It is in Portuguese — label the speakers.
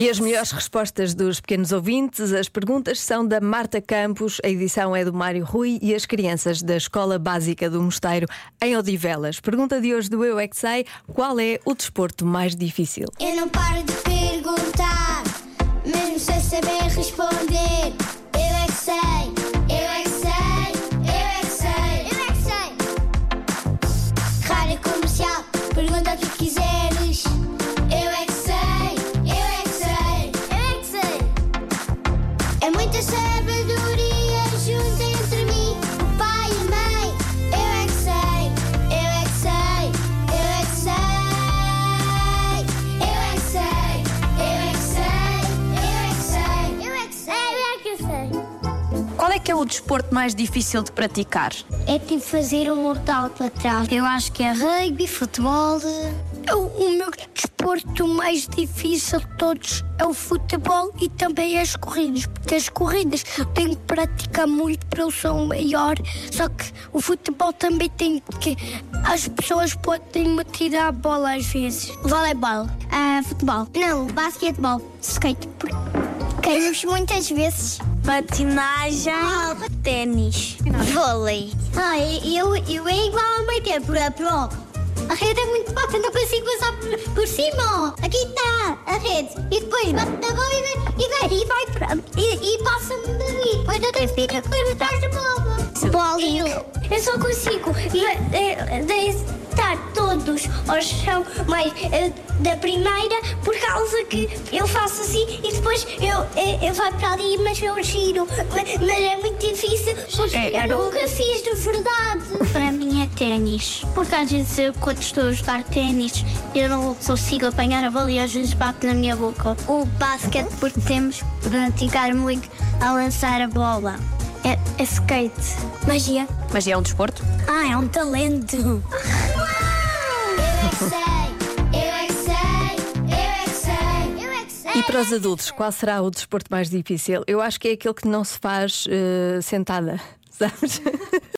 Speaker 1: E as melhores respostas dos pequenos ouvintes, as perguntas são da Marta Campos, a edição é do Mário Rui e as crianças da Escola Básica do Mosteiro em Odivelas. Pergunta de hoje do Eu é que Sei, qual é o desporto mais difícil?
Speaker 2: Eu não paro de perguntar, mesmo sem saber responder. Eu é que sei, eu é que sei, eu é que sei, eu é que sei. Rádio comercial, pergunta o que quiseres. Eu é que sei, eu é que sei, eu é que sei. É muita sabedoria junta e entre mim, o pai e a mãe. Eu é que sei, eu é que sei, eu é que sei. Eu é que sei, eu é que sei, eu é que sei, eu é que sei, eu é que sei.
Speaker 3: Qual é que é o desporto mais difícil de praticar?
Speaker 2: É tipo fazer um mortal para trás. Eu acho que é rugby, futebol. É o meu desporto mais difícil de todos é o futebol e também as corridas. Porque as corridas eu tenho que praticar muito para eu ser o maior. Só que o futebol também tem que. As pessoas podem me tirar a bola às vezes. Voleibol. Ah, futebol. Não, basquetebol. Skate. Caímos muitas vezes. Patinagem. Ténis. Vôlei. Ah, eu, eu é igual a mãe tempo, é prova. A rede é muito baixa, não consigo passar por, por cima. Aqui está a rede. E depois bate na bola e vai, e vai, e vai pra- e, e passa-me dali. Depois eu tenho que ficar correr atrás da bola. Bowling. Eu, eu só consigo eh, deitar todos aos chão, mas eh, da primeira, por causa que eu faço assim e depois eu, eh, eu, eu vou para ali, mas eu giro. Mas, mas é muito difícil, porque
Speaker 3: É.
Speaker 2: eu nunca fiz de verdade. Para mim é ténis, porque às vezes eu, quando estou a jogar ténis, eu não consigo apanhar a bola e às vezes bate na minha boca. O basquete, porque temos que praticar muito a lançar a bola. É, é skate. Magia.
Speaker 3: Mas é um desporto?
Speaker 2: Ah, é um talento. Eu é que sei, eu é que sei, eu é que sei, eu é que sei.
Speaker 1: E para os adultos, qual será o desporto mais difícil? Eu acho que é aquele que não se faz eh, sentada, sabes?